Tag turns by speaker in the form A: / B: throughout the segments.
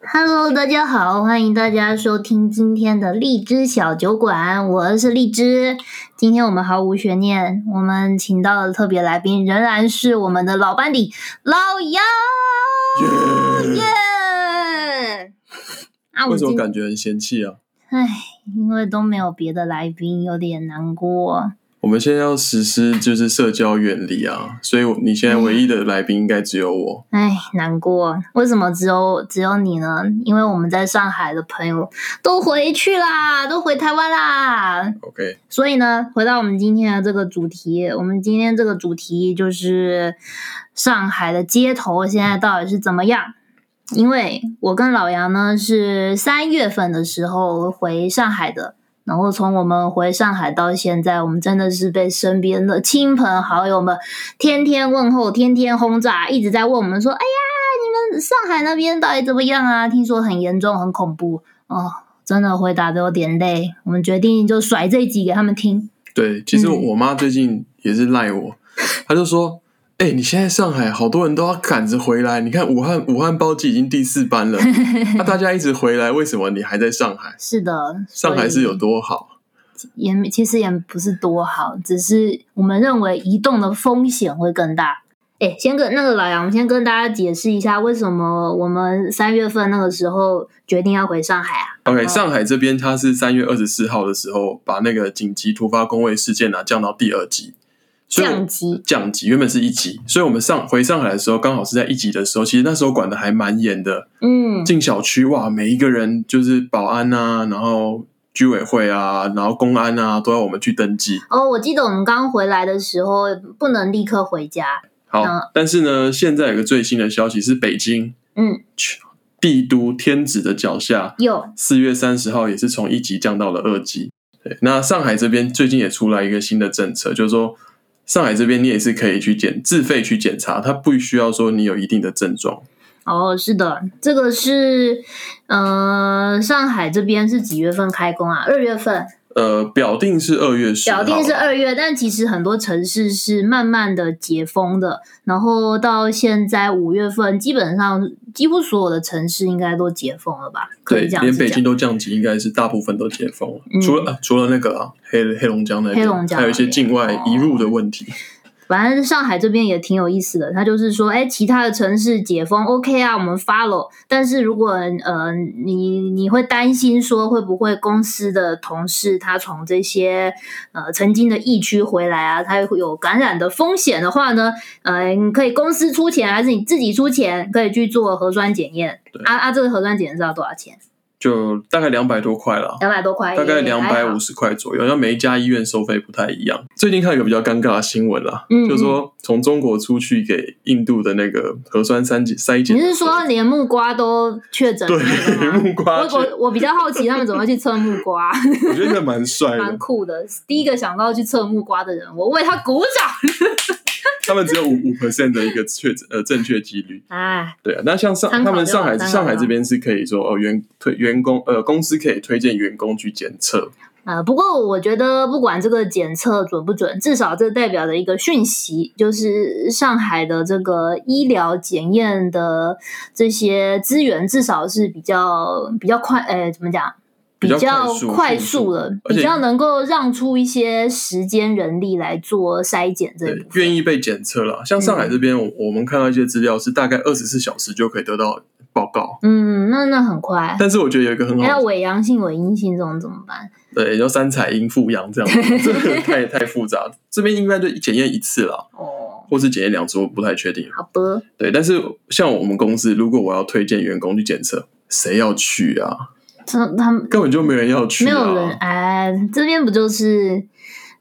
A: Hello，大家好，欢迎大家收听今天的荔枝小酒馆，我是荔枝。今天我们毫无悬念，我们请到的特别来宾仍然是我们的老班底老杨，耶、啊，我
B: 为什么
A: 今
B: 感觉很嫌弃啊？
A: 唉，因为都没有别的来宾，有点难过。
B: 我们现在要实施就是社交远离啊，所以你现在唯一的来宾应该只有我。
A: 唉，难过。为什么只有只有你呢？因为我们在上海的朋友都回去啦，都回台湾啦。
B: OK，
A: 所以呢，回到我们今天的这个主题，我们今天这个主题就是上海的街头现在到底是怎么样？因为我跟老杨呢是三月份的时候回上海的，然后从我们回上海到现在，我们真的是被身边的亲朋好友们天天问候、天天轰炸，一直在问我们说：“哎呀，你们上海那边到底怎么样啊？听说很严重、很恐怖哦。”真的回答的有点累，我们决定就甩这一集给他们听。
B: 对，其实
A: 嗯
B: 我妈最近也是赖我，她就说：“哎、你现在上海好多人都要赶着回来，你看武汉武汉包机已经第四班了，那、大家一直回来，为什么你还在上海？
A: 是的，
B: 上海是有多好？
A: 所以也其实也不是多好，只是我们认为移动的风险会更大。哎，先跟那个老杨，我们先跟大家解释一下，为什么我们三月份那个时候决定要回上海啊？
B: OK，上海这边它是三月二十四号的时候把那个紧急突发工位事件呢、啊降到第二级，所以我
A: 降级，
B: 降级，原本是一级，所以我们上回上海的时候，刚好是在一级的时候，其实那时候管的还蛮严的。
A: 嗯，
B: 进小区哇，每一个人就是保安啊，然后居委会啊，然后公安啊，都要我们去登记。
A: 哦，我记得我们刚回来的时候不能立刻回家，
B: 好，
A: 嗯
B: 但是呢，现在有个最新的消息是，北京
A: 嗯，
B: 帝都天子的脚下，
A: 有
B: 四月三十号也是从一级降到了二级。对，那上海这边最近也出来一个新的政策，就是说上海这边你也是可以去检自费去检查，它不需要说你有一定的症状。
A: 哦，是的，这个是呃，上海这边是几月份开工啊？二月份，
B: 呃，表定是二月十号，
A: 表定是二月，但其实很多城市是慢慢的解封的，然后到现在五月份，基本上几乎所有的城市应该都解封了吧？可
B: 对
A: 以这，样
B: 连
A: 子
B: 北
A: 讲
B: 京都降级，应该是大部分都解封了，
A: 嗯
B: 除了、呃除了那个啊，黑黑龙江那边，
A: 黑龙江那边哦
B: 还有一些境外移入的问题。
A: 反正上海这边也挺有意思的，他就是说，哎，其他的城市解封 OK 啊，我们 follow。但是如果呃，你你会担心说会不会公司的同事他从这些呃曾经的疫区回来啊，他会有感染的风险的话呢，呃，你可以公司出钱还是你自己出钱，可以去做核酸检验
B: 对。
A: 啊啊，这个核酸检验是要多少钱？
B: 就大概两百多块啦，
A: 两百多块，
B: 大概
A: 哎也
B: 两
A: 还
B: 百
A: 好
B: 五十块左右。那每一家医院收费不太一样。最近看有个比较尴尬的新闻啦，
A: 嗯
B: 就是说从中国出去给印度的那个核酸三检筛检
A: 你
B: 的时候，
A: 是说连木瓜都确诊了
B: 对
A: 吗？
B: 木瓜
A: 我我我比较好奇他们怎么会去测木瓜，
B: 我觉得那蛮帅
A: 蛮
B: 的，
A: 酷的。第一个想到去测木瓜的人，我为他鼓掌。
B: 他们只有五五 percent 的一个确诊呃正确几率。
A: 哎，
B: 对啊，那像上
A: 参考
B: 他们
A: 就好
B: 上海
A: 参考
B: 上海
A: 就好
B: 这边是可以说哦员推员工呃公司可以推荐员工去检测，
A: 呃，不过我觉得不管这个检测准不准，至少这代表的一个讯息，就是上海的这个医疗检验的这些资源，至少是比较比较快，呃，怎么讲？比
B: 比较
A: 较
B: 快速
A: 快
B: 迅
A: 速
B: 速
A: 的，
B: 而且
A: 比较能够让出一些时间人力来做筛检这一
B: 对
A: 部，分。
B: 愿意被检测啦。像
A: 嗯
B: 上海这边，我我们看到一些资料是大概二十四小时就可以得到报告，
A: 嗯，那那很快。
B: 但是我觉得有一个很
A: 那
B: 好，
A: 伪阳性、伪阴性这种怎么办？
B: 对，就三彩阴复阳这 样子，这个太太复杂。这边应该就检验一次啦，
A: 哦，
B: 或是检验两次，我不太确定。
A: 好吧。
B: 对，但是像我们公司，如果我要推荐员工去检测，谁要去啊？
A: 这他们
B: 根本就没人要去、啊，
A: 没有人哎，这边不就是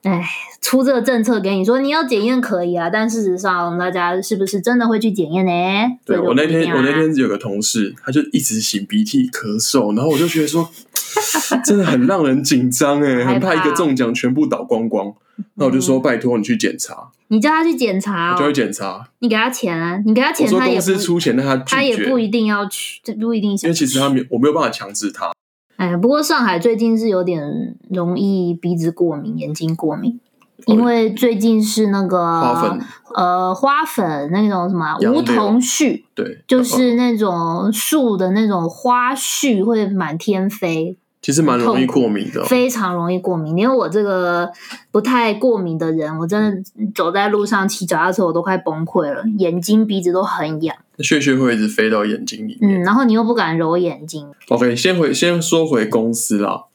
A: 哎出这个政策给你说你要检验可以啊，但事实上大家是不是真的会去检验呢？
B: 对
A: 这就
B: 我那
A: 不一
B: 天
A: 定啊
B: 我那天有个同事，他就一直擤鼻涕、咳嗽，然后我就觉得说，真的很让人紧张哎，
A: 害
B: 很
A: 怕嗯
B: 怕一个中奖全部倒光光。那我就说，拜托你去检查，
A: 你叫他去检查、
B: 我就
A: 哦
B: 会，检查。
A: 你给他钱啊，你给他
B: 我
A: 钱
B: 说
A: 他也
B: 公司
A: 不
B: 出钱，但他
A: 他
B: 拒
A: 也不
B: 绝，
A: 一定要去，这不一定想去。
B: 因为其实他没有，我没有办法强制他。
A: 哎，不过上海最近是有点容易鼻子过敏、眼睛过敏。因为最近是那个
B: 哦花粉
A: 呃花粉那种什么
B: 杨
A: 梧
B: 柳
A: 桐絮，
B: 对，
A: 就
B: 然后
A: 是那种树的那种花絮会满天飞，
B: 其实蛮容易过敏的哦、
A: 非常容易过敏。因为我这个不太过敏的人，我真的
B: 嗯
A: 走在路上骑脚踏车我都快崩溃了，眼睛鼻子都很痒。
B: 血血会一直飞到眼睛里面。
A: 嗯，然后你又不敢揉眼睛，
B: OK，先回先说回公司啦，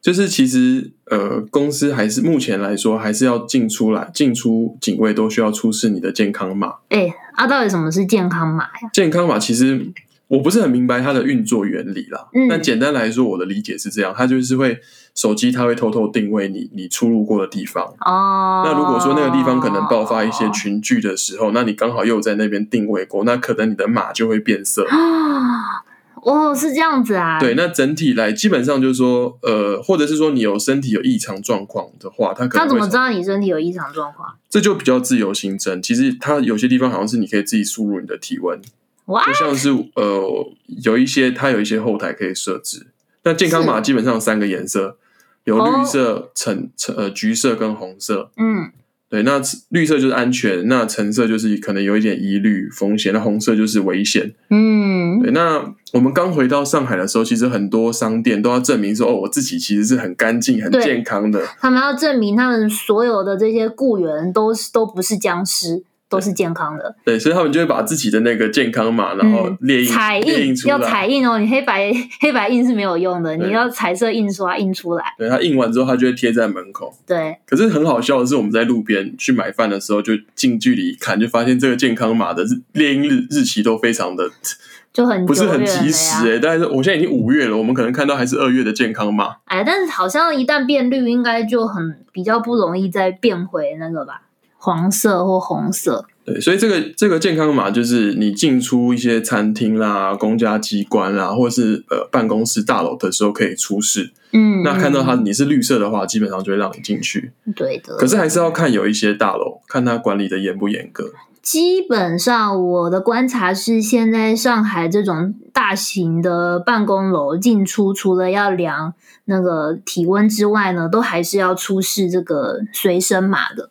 B: 就是其实呃，公司还是目前来说还是要进出来进出警卫都需要出示你的健康码。
A: 哎，啊，到底什么是健康码呀？
B: 健康码其实我不是很明白它的运作原理啦，
A: 嗯
B: 但简单来说，我的理解是这样，它就是会手机它会偷偷定位你你出入过的地方。
A: 哦，啊
B: 那如果说那个地方可能爆发一些群聚的时候，那你刚好又在那边定位过，那可能你的码就会变色。
A: 啊，哦，是这样子啊，
B: 对，，那整体来基本上就是说，呃，或者是说你有身体有异常状况的话，它可
A: 那
B: 能
A: 怎
B: 会
A: 么知道你身体有异常状况？
B: 这就比较自由新增。其实它有些地方好像是你可以自己输入你的体温，
A: 哇，
B: 就像是呃有一些它有一些后台可以设置。那健康码
A: 是
B: 基本上有三个颜色，有
A: 哦
B: 绿色、橙橙呃橘色跟红色。
A: 嗯，
B: 对，那绿色就是安全，那橙色就是可能有一点疑虑风险，那红色就是危险。
A: 嗯，
B: 对，那我们刚回到上海的时候，其实很多商店都要证明说，哦，我自己其实是很干净、很
A: 对
B: 健康的。
A: 他们要证明他们所有的这些雇员都是都不是僵尸，都是健康的，
B: 对，所以他们就会把自己的那个健康码，然后
A: 嗯
B: 列印、
A: 彩
B: 列
A: 印
B: 印出
A: 要
B: 来。
A: 彩印哦，你黑白 黑白印是没有用的，
B: 对
A: 你要彩色印刷印出来，
B: 对，他印完之后，他就会贴在门口。
A: 对，
B: 可是很好笑的是，我们在路边去买饭的时候，就近距离看，就发现这个健康码的日列印日日期都非常的
A: 就很
B: 不是
A: 久
B: 很
A: 远了
B: 及
A: 呀
B: 时诶、欸大概是我现在已经五月了，我们可能看到还是二月的健康码。
A: 哎，但是好像一旦变绿，应该就很比较不容易再变回那个吧，黄色或红色。
B: 对，所以这个这个健康码就是你进出一些餐厅啦、公家机关啦，或是呃办公室大楼的时候可以出示。
A: 嗯，
B: 那看到它
A: 嗯
B: 你是绿色的话，基本上就会让你进去。
A: 对的，
B: 可是还是要看有一些大楼，看它管理的严不严格。
A: 基本上我的观察是，现在上海这种大型的办公楼进出，除了要量那个体温之外呢，都还是要出示这个随身码的，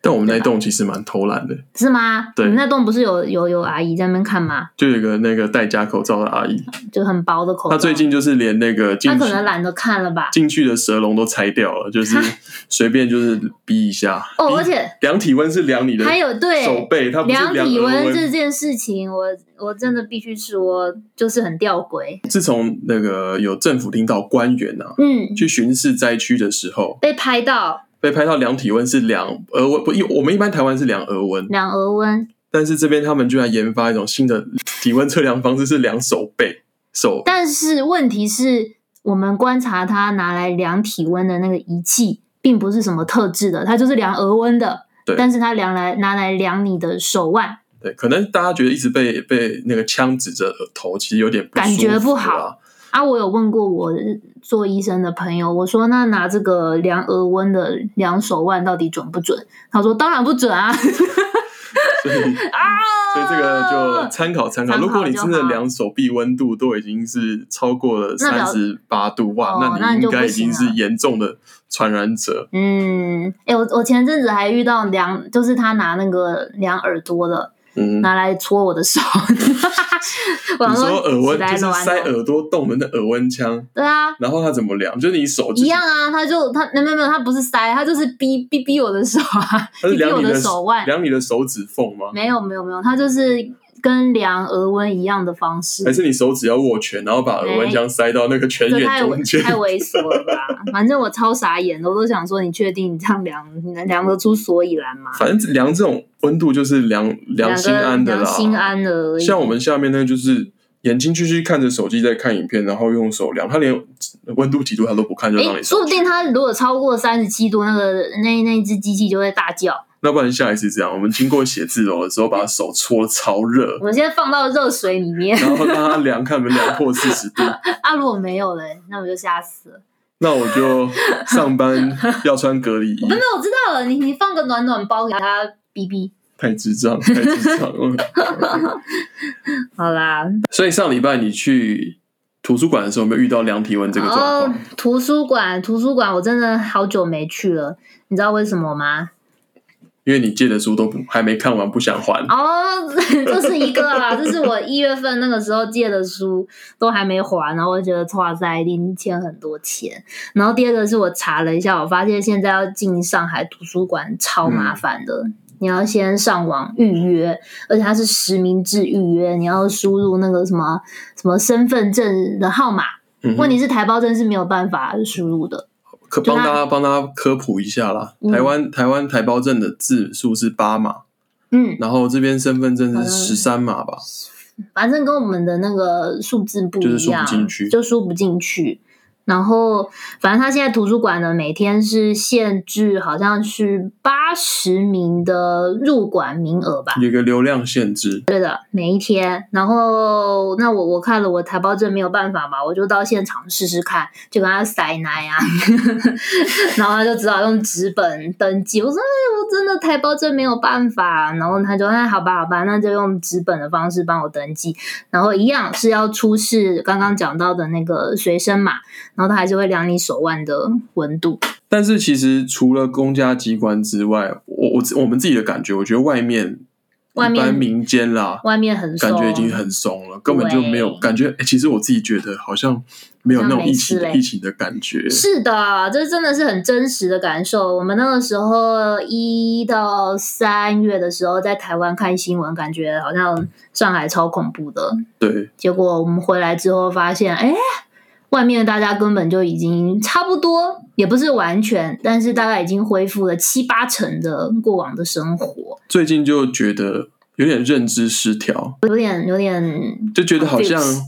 B: 但我们那一栋其实蛮偷懒的，
A: 是吗？
B: 对
A: 你们那栋不是有有有阿姨在那边看吗？
B: 就有一个那个戴假口罩的阿姨，
A: 就很薄的口罩。
B: 她最近就是连那个进
A: 哦她
B: 去
A: 可能懒得看了吧？
B: 进去的蛇笼都拆掉了，就是 随便就是逼一下。
A: 哦，
B: 逼
A: 而且
B: 量体温是量你的
A: 还有对
B: 手背，它不是
A: 量
B: 量
A: 体
B: 额
A: 温这件事情，我我真的必须说，就是很吊诡。
B: 自从那个有政府领导官员啊
A: 嗯，
B: 去巡视灾区的时候，
A: 被拍到
B: 被拍到量体温是量额温，不，因为我们一般台湾是量额温，
A: 量额温，
B: 但是这边他们居然研发一种新的体温测量方式，是量手背手。
A: 但是问题是我们观察它拿来量体温的那个仪器，并不是什么特制的，它就是量额温的。
B: 对
A: 但是它量来拿来量你的手腕，
B: 对，可能大家觉得一直被被那个枪指着头，其实有点不舒服啊
A: 感觉不好。啊，我有问过我做医生的朋友，我说那拿这个量额温的量手腕到底准不准？他说当然不准 啊！
B: 所以所以这个就参考参考。
A: 参考
B: 如果你真
A: 就
B: 的
A: 好
B: 量手臂温度都已经是超过了
A: 那
B: 三
A: 表
B: 十八度，哇，
A: 哦那
B: 你应
A: 就不
B: 该已
A: 行
B: 经
A: 了
B: 是严重的传染者。
A: 嗯，哎、我我前阵子还遇到量，就是他拿那个量耳朵的
B: 嗯，
A: 拿来搓我的 手， 我想
B: 你说耳温
A: 起来
B: 就是
A: 暖
B: 塞
A: 暖
B: 耳朵洞的那耳温枪，
A: 对啊，
B: 然后它怎么量？就是你手
A: 一样，啊，他就他没有没有没有，他不是塞，他就是逼逼逼我的手啊，
B: 它是
A: 逼逼
B: 量
A: 我
B: 你的
A: 手腕，
B: 量你的手指缝吗？
A: 没有没有没有，他就是跟量额温一样的方式
B: 还，是你手指要握拳，然后把耳温枪塞到那个拳
A: 这
B: 眼
A: 太
B: 中
A: 猥
B: 间？
A: 太猥琐了吧？反正我超傻眼的，我都想说，你确定你这样量你能量得出所以然吗？
B: 反正量这种温度就是量量心安的
A: 两
B: 啦，
A: 个量心安的而已。
B: 像我们下面呢，就是眼睛继续看着手机在看影片，然后用手量，他连温度几度他都不看，就让
A: 哎，
B: 你
A: 说
B: 上
A: 不
B: 去。
A: 定他如果超过三十七度，那个那那一只机器就会大叫。
B: 那不然下一次这样，我们经过写字楼的时候，把手搓得超热
A: 我，们先放到热水里面，
B: 然后让他量，看有没有量破四十度。
A: 啊，如果没有嘞，那我就吓死了。
B: 那我就上班要穿隔离衣
A: 没，有，我知道了。你你放个暖暖包给他逼逼。
B: 太智障， 太智障了。
A: 好啦，
B: 所以上礼拜你去图书馆的时候有没有遇到量体温这个状况？
A: 哦，图书馆，图书馆，我真的好久没去了，你知道为什么吗？
B: 因为你借的书都不还没看完，不想还。
A: 哦， 这是一个 啦，这是我一月份那个时候借的书都还没还，然后我就觉得哇塞，一定欠很多钱。然后第二个是我查了一下，我发现现在要进上海图书馆超麻烦的。你要先上网预约，而且它是实名制预约，你要输入那个什么什么身份证的号码。
B: 嗯哼
A: 问题是台胞证是没有办法输入的，
B: 可
A: 就
B: 帮
A: 他
B: 大家帮大家科普一下啦，
A: 嗯
B: 台湾台湾台胞证的字数是八码，
A: 嗯，
B: 然后这边身份证
A: 好
B: 是
A: 的
B: 十三码吧？
A: 反正跟我们的那个数字不一样，
B: 就是输不进去
A: 就输不进去。然后，反正他现在图书馆呢，每天是限制好像是八十名的入馆名额吧，
B: 有一个流量限制，
A: 每一天。然后，那我我看了我台胞证没有办法嘛，我就到现场试试看，就跟他塞奶啊， 然后他就只好用纸本登记。我说、哎、我真的台胞证没有办法，然后他就那、哎、好吧好吧，那就用纸本的方式帮我登记。然后一样是要出示刚刚讲到的那个随身码，然后他还是会量你手腕的温度。
B: 但是其实除了公家机关之外，我我我们自己的感觉，我觉得外面
A: 外面
B: 一般民间啦，
A: 外面很松
B: 感觉已经很松了，根本就没有
A: 对
B: 感觉、诶其实我自己觉得好像没有那
A: 好像
B: 种
A: 没
B: 疫
A: 事
B: 情的
A: 嘞
B: 疫情的感觉。
A: 是的，这真的是很真实的感受。我们那个时候一到三月的时候，在台湾看新闻，感觉好像上海超恐怖的。
B: 对，
A: 结果我们回来之后发现，哎，外面大家根本就已经差不多，也不是完全，但是大概已经恢复了七八成的过往的生活，
B: 最近就觉得有点认知失调，
A: 有点有点
B: 就觉得好像
A: Confused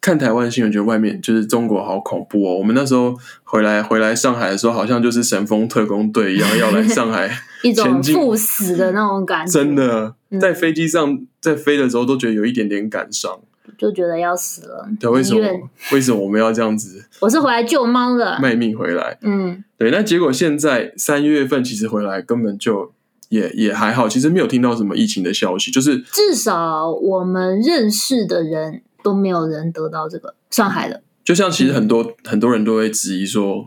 B: 看台湾新闻，觉得外面就是中国好恐怖哦。我们那时候回来回来上海的时候，好像就是神风特工队一样要来上 海，
A: 一种
B: 前进
A: 赴死的那种感觉，
B: 真的
A: 嗯
B: 在飞机上在飞的时候都觉得有一点点感伤。
A: 就觉得要死了。
B: 对，为什
A: 医院
B: 么为什么我们要这样子
A: 我是回来救猫的，
B: 卖命回来？
A: 嗯，
B: 对，那结果现在三月份其实回来根本就也也还好，其实没有听到什么疫情的消息，就是
A: 至少我们认识的人都没有人得到这个上海的，
B: 就像其实很
A: 嗯
B: 多、很多人都会质疑说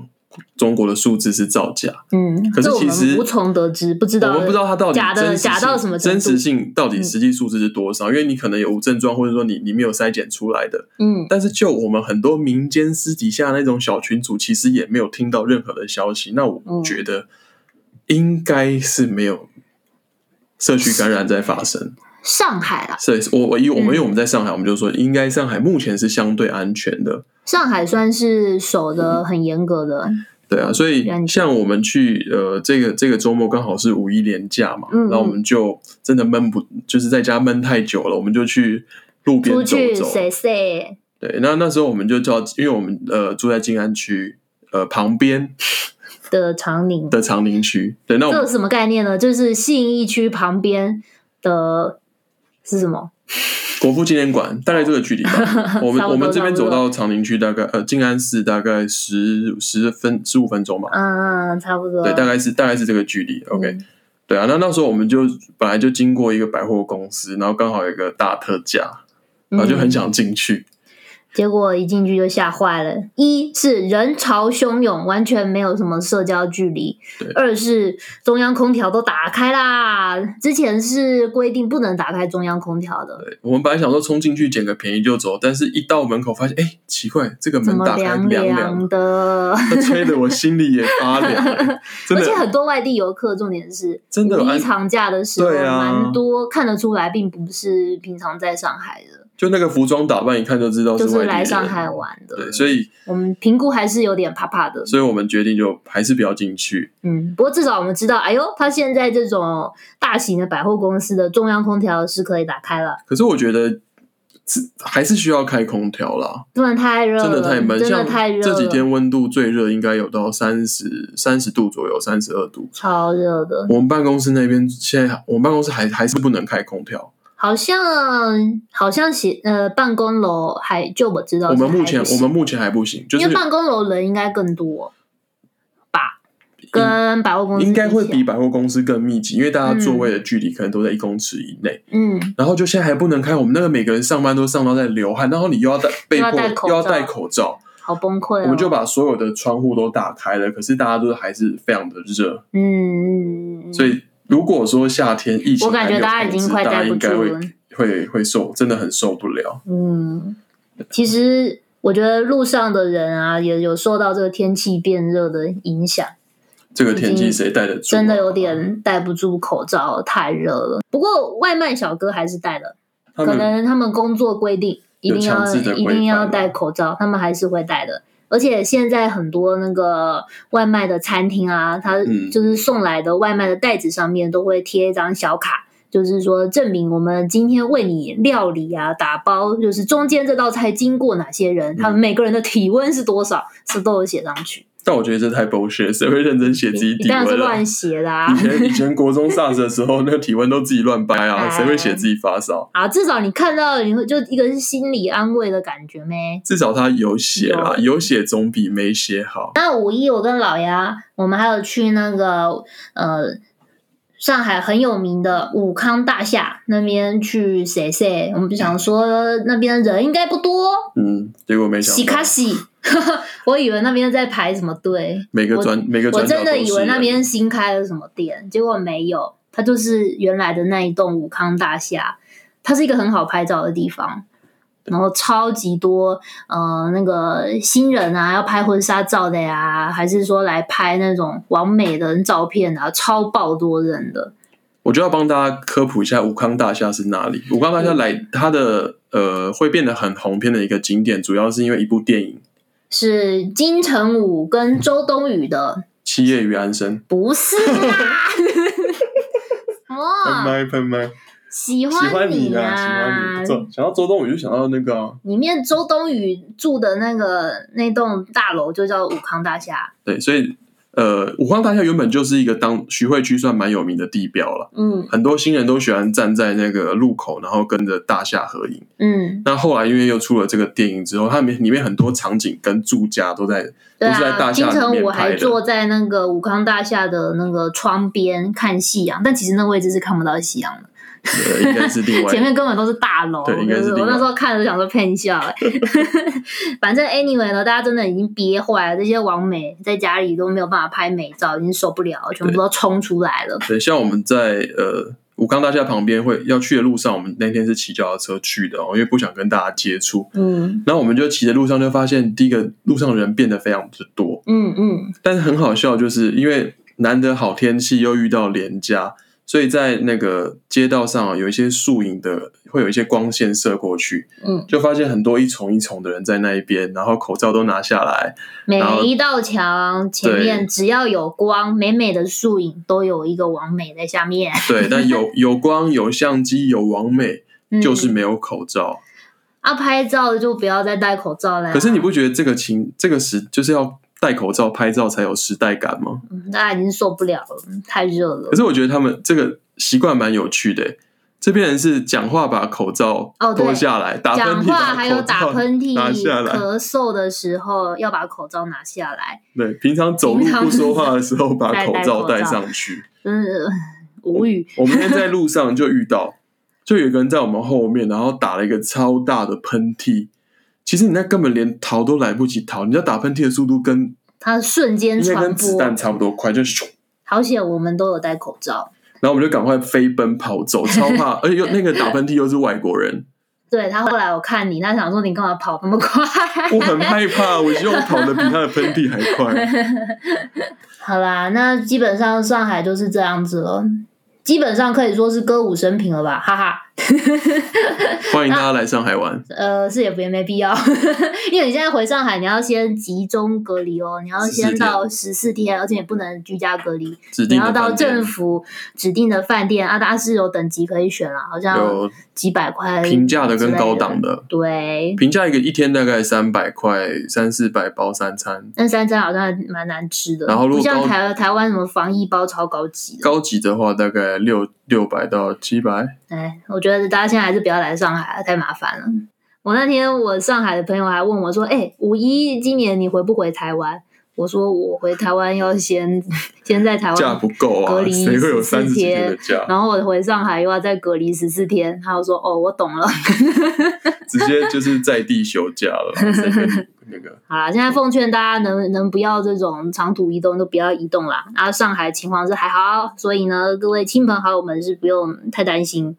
B: 中国的数字是造假，
A: 嗯，
B: 可是
A: 这我
B: 其实
A: 们无从得知，不知道
B: 我们不知道它到底
A: 假的
B: 真实性
A: 假到什么程
B: 真
A: 度嗯
B: 实性到底实际数字是多少，因为你可能有无症状，或者说你你没有筛检出来的，
A: 嗯，
B: 但是就我们很多民间私底下那种小群组，其实也没有听到任何的消息，那
A: 嗯
B: 我觉得应该是没有社区感染在发生。
A: 上海啦，
B: 所以我我以我们因
A: 嗯
B: 为我们在上海，我们就说应该上海目前是相对安全的，
A: 上海算是守的很严格的，
B: 对
A: 嗯
B: 啊，所以
A: 原则
B: 像我们去呃这个这个周末刚好是五一连假嘛，
A: 嗯嗯
B: 然后我们就真的闷不就是在家闷太久了，我们就去路边
A: 出
B: 走
A: 去
B: 走。
A: 谁谁
B: 对，那那时候我们就叫，因为我们呃住在静安区呃旁边
A: 的长宁，
B: 的长宁区，对，那我
A: 这
B: 们
A: 是什么概念呢？就是信义区旁边的是什么？。
B: 国父纪念馆大概这个距离吧
A: 哦 差不
B: 我们
A: 多
B: 我们这边
A: 差不多
B: 走到长宁区大概呃静安寺大概十十分十五分钟吧，
A: 嗯，差不多，
B: 对，大概是大概是这个距离。OK，、
A: 嗯
B: 对啊，那那时候我们就本来就经过一个百货公司，然后刚好有一个大特价，
A: 嗯
B: 然后就很想进去。
A: 结果一进去就吓坏了。一是人潮汹涌，完全没有什么社交距离
B: 对；
A: 二是中央空调都打开啦，之前是规定不能打开中央空调的，
B: 对我们本来想说冲进去捡个便宜就走，但是一到门口发现，哎，奇怪，这个
A: 怎
B: 门
A: 么
B: 打开
A: 凉
B: 凉
A: 凉
B: 的，
A: 的？
B: 它吹得我心里也发 凉、哎真
A: 而且很
B: 的
A: 多外地游客，重点是
B: 真的
A: 五一
B: 安
A: 长假的时候，
B: 对啊
A: 蛮多看得出来，并不是平常在上海的，
B: 就那个服装打扮，一看就知道
A: 就
B: 外
A: 是
B: 地
A: 来
B: 人
A: 上海。玩的。
B: 对，所以
A: 我们评估还是有点怕怕的。
B: 所以我们决定就还是不要进去。
A: 嗯，不过至少我们知道，哎呦，它现在这种大型的百货公司的中央空调是可以打开了，
B: 可是我觉得是还是需要开空调啦，
A: 不然太热了，
B: 真的太闷。
A: 真的
B: 像
A: 太热了，
B: 这几天温度最热应该有到三十三十度左右，三十二度。
A: 超热的，
B: 我们办公室那边现在，我们办公室还还是不能开空调。
A: 好像好像写呃办公楼还就我知道
B: 我
A: 是还
B: 们
A: 不行，
B: 目前我们目前还不行，就
A: 因
B: 是
A: 为办公楼人应该更多，跟百货公司
B: 应该会
A: 起来
B: 比百货公司更密集，因为大家座位的距离可能都在一公尺以内。
A: 嗯
B: 然后就现在还不能开，我们那个每个人上班都上到在流汗，然后你又要戴被
A: 又要
B: 迫
A: 戴口罩
B: 又要戴口罩，
A: 好崩溃、哦。
B: 我们就把所有的窗户都打开了，可是大家都还是非常的热，
A: 嗯嗯嗯嗯，
B: 所以如果说夏天疫情
A: 我感觉大
B: 还
A: 家已
B: 没有控制，
A: 经快
B: 大家
A: 待不
B: 应该
A: 住
B: 会
A: 了。
B: 会会受，真的很受不了。
A: 嗯，其实我觉得路上的人啊，也有受到这个天气变热的影响，
B: 这个天
A: 已
B: 气
A: 经
B: 谁戴得住、啊
A: 真的有，点戴不住口罩，太热了。不过外卖小哥还是戴了，
B: 他
A: 可
B: 们
A: 能他们工作规定一
B: 有
A: 定
B: 强
A: 要
B: 制的
A: 一
B: 规
A: 定要
B: 范
A: 戴
B: 嘛
A: 口罩，他们还是会戴的。而且现在很多那个外卖的餐厅啊，它
B: 嗯
A: 就是送来的外卖的袋子上面都会贴一张小卡，就是说证明我们今天为你料理啊、打包，就是中间这道菜经过哪些人，他们
B: 嗯
A: 每个人的体温是多少，是都有写上去。
B: 但我觉得这太 bullshit，谁会认真写自己
A: 你
B: 体
A: 当然是
B: 温啊
A: 乱？写 的啊！
B: 以前以前国中 SARS 的时候，那个体温都自己乱掰 啊，
A: 哎
B: 谁会写自己发烧？
A: 啊，至少你看到了你会就一个是心理安慰的感觉咩。
B: 至少他有写啦，有写总比没写好。
A: 那五一我跟老牙，我们还有去那个呃上海很有名的武康大厦那边去谁谁，我们就想说那边人应该不多，
B: 嗯，结果没想
A: 洗卡
B: 到
A: 洗， 我以为那边在排什么队，
B: 每个转每个
A: 我
B: 转角啊
A: 真的
B: 都
A: 以
B: 是
A: 为那
B: 人
A: 边新开了什么店，结果没有，它就是原来的那一栋武康大厦，它是一个很好拍照的地方，然后超级多呃那个新人啊要拍婚纱照的呀，还是说来拍那种完美的照片啊，超爆多人的，
B: 我就要帮大家科普一下武康大厦是哪里。武康大厦来它的呃会变得很红遍的一个景点，主要是因为一部电影《
A: 是金城武跟周冬雨的，
B: 七夜与安生
A: 不是啦。什》。么？
B: 麦喷麦，
A: 喜
B: 哎喜
A: 欢
B: 欢你
A: 你啊
B: 啦，喜欢你。不错想到周冬雨就想到那个啊，
A: 里面周冬雨住的那个那栋大楼就叫武康大厦。
B: 对，所以呃，武康大厦原本就是一个当徐汇区算蛮有名的地标了。
A: 嗯
B: 很多新人都喜欢站在那个路口，然后跟着大厦合影。
A: 嗯，
B: 那后来因为又出了这个电影之后，它里面里面很多场景跟住家都在
A: 对
B: 都是在
A: 啊，
B: 大
A: 金
B: 厦里
A: 城
B: 面
A: 武
B: 拍
A: 还
B: 的
A: 坐在那个武康大厦的那个窗边看夕阳，但其实那位置是看不到夕阳的，
B: 呃，应该是另外一
A: 前面根本都是大楼。
B: 对应该是
A: 就是我
B: 另外
A: 那时候看着想说骗笑、欸， 反正 anyway 呢，大家真的已经憋坏了，这些网美在家里都没有办法拍美照，已经受不了，全部都冲出来了。
B: 对，像我们在呃武冈大厦旁边会要去的路上，我们那天是骑脚踏车去的、哦，因为不想跟大家接触。
A: 嗯
B: 然后我们就骑的路上就发现，第一个路上人变得非常之多，
A: 嗯嗯，
B: 但是很好笑，就是因为难得好天气又遇到连假，所以在那个街道上啊，有一些树影的，会有一些光线射过去，
A: 嗯，
B: 就发现很多一丛一丛的人在那一边，然后口罩都拿下来，
A: 每
B: 然后
A: 一道墙前面
B: 对
A: 只要有光，美美的树影都有一个王美在下面，
B: 对，但有有光、有相机、有完美，
A: 嗯
B: 就是没有口罩。
A: 啊，拍照就不要再戴口罩了。
B: 可是你，不觉得这个情这个时就是要戴口罩拍照才有时代感吗？
A: 嗯大家已经受不了了，太热了
B: 可。是我觉得他们这个习惯蛮有趣的、欸这边人是讲话把口罩
A: 哦对
B: 脱下来，打喷
A: 讲
B: 嚏
A: 话还有
B: 把
A: 打
B: 口罩。
A: 喷嚏、
B: 拿下来
A: 咳嗽的时候要把口罩拿下来，
B: 对，平常走路
A: 平常
B: 不说话的时候 把
A: 戴
B: 口
A: 戴
B: 罩
A: 口
B: 戴
A: 罩
B: 上去。
A: 真是呃无语。
B: 我们今天在路上就遇到，就有一个人在我们后面，然后打了一个超大的喷嚏。其实你那根本连逃都来不及逃，你要打喷嚏的速度跟
A: 它瞬间
B: 应该
A: 传
B: 跟子
A: 播，
B: 弹差不多快，就是咻
A: 好险我们都有戴口罩。
B: 然后我们就赶快飞奔跑走，超怕，而且又那个打喷嚏又是外国人，
A: 对他后来我看你，他想说你干嘛跑那么快？
B: 我很害怕，我希望我跑得比他的喷嚏还 快。
A: 好啦，那基本上上海就是这样子了，基本上可以说是歌舞升平了吧，哈哈。
B: 欢迎大家来上海玩，
A: 呃，是也不也没必要， 因为你现在回上海，你要先集中隔离哦，你要先到十四天，而且你不能居家隔离，
B: 指
A: 你
B: 定
A: 要
B: 的
A: 到
B: 饭店
A: 政府指定的饭店啊，它是有等级可以选啦，好像
B: 有
A: 几百块
B: 平价的跟高档
A: 的，
B: 的，
A: 对。
B: 平价一个一天大概三百块，三四百包三餐，
A: 那三餐好像还蛮难吃的，
B: 然后如
A: 不
B: 果
A: 像
B: 高
A: 台台湾什么防疫包超高级的。
B: 高级的话大概六六百到七百。
A: 哎，我觉得大家现在还是不要来上海了，啊太麻烦了。我那天我上海的朋友还问我说：“哎、五一今年你回不回台湾？”我说我回台湾要先先在台
B: 假
A: 湾
B: 不够
A: 哦隔
B: 啊，
A: 离
B: 谁会有
A: 14
B: 三十几天的
A: 天
B: 假？
A: 然后我回上海又要再隔离十四天，他就说：“哦，我懂了。
B: 直接就是在地休假 了，谁跟你那个”
A: 好啦，现在奉劝大家能能不要这种长途移动都不要移动啦。然后上海情况是还好，所以呢，各位亲朋好友们是不用太担心。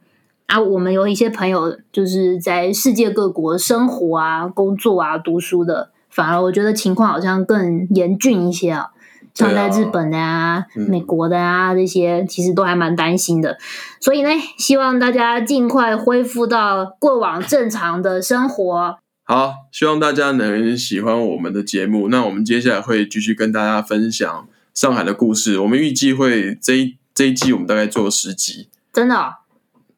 A: 啊，我们有一些朋友就是在世界各国生活啊、工作啊、读书的，反而我觉得情况好像更严峻一些啊。像
B: 对
A: 在
B: 啊
A: 日本的啊、
B: 嗯
A: 美国的啊这些，其实都还蛮担心的。所以呢，希望大家尽快恢复到过往正常的生活。
B: 好，希望大家能喜欢我们的节目。那我们接下来会继续跟大家分享上海的故事。我们预计会这一这一季我们大概做十集，
A: 真的哦、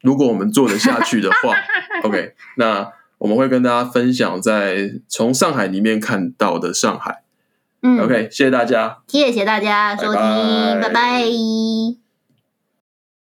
B: 如果我们做得下去的话，OK，那我们会跟大家分享在从上海里面看到的上海。
A: 嗯
B: OK，谢谢大家。
A: 谢谢大家收听，
B: 拜拜
A: 拜拜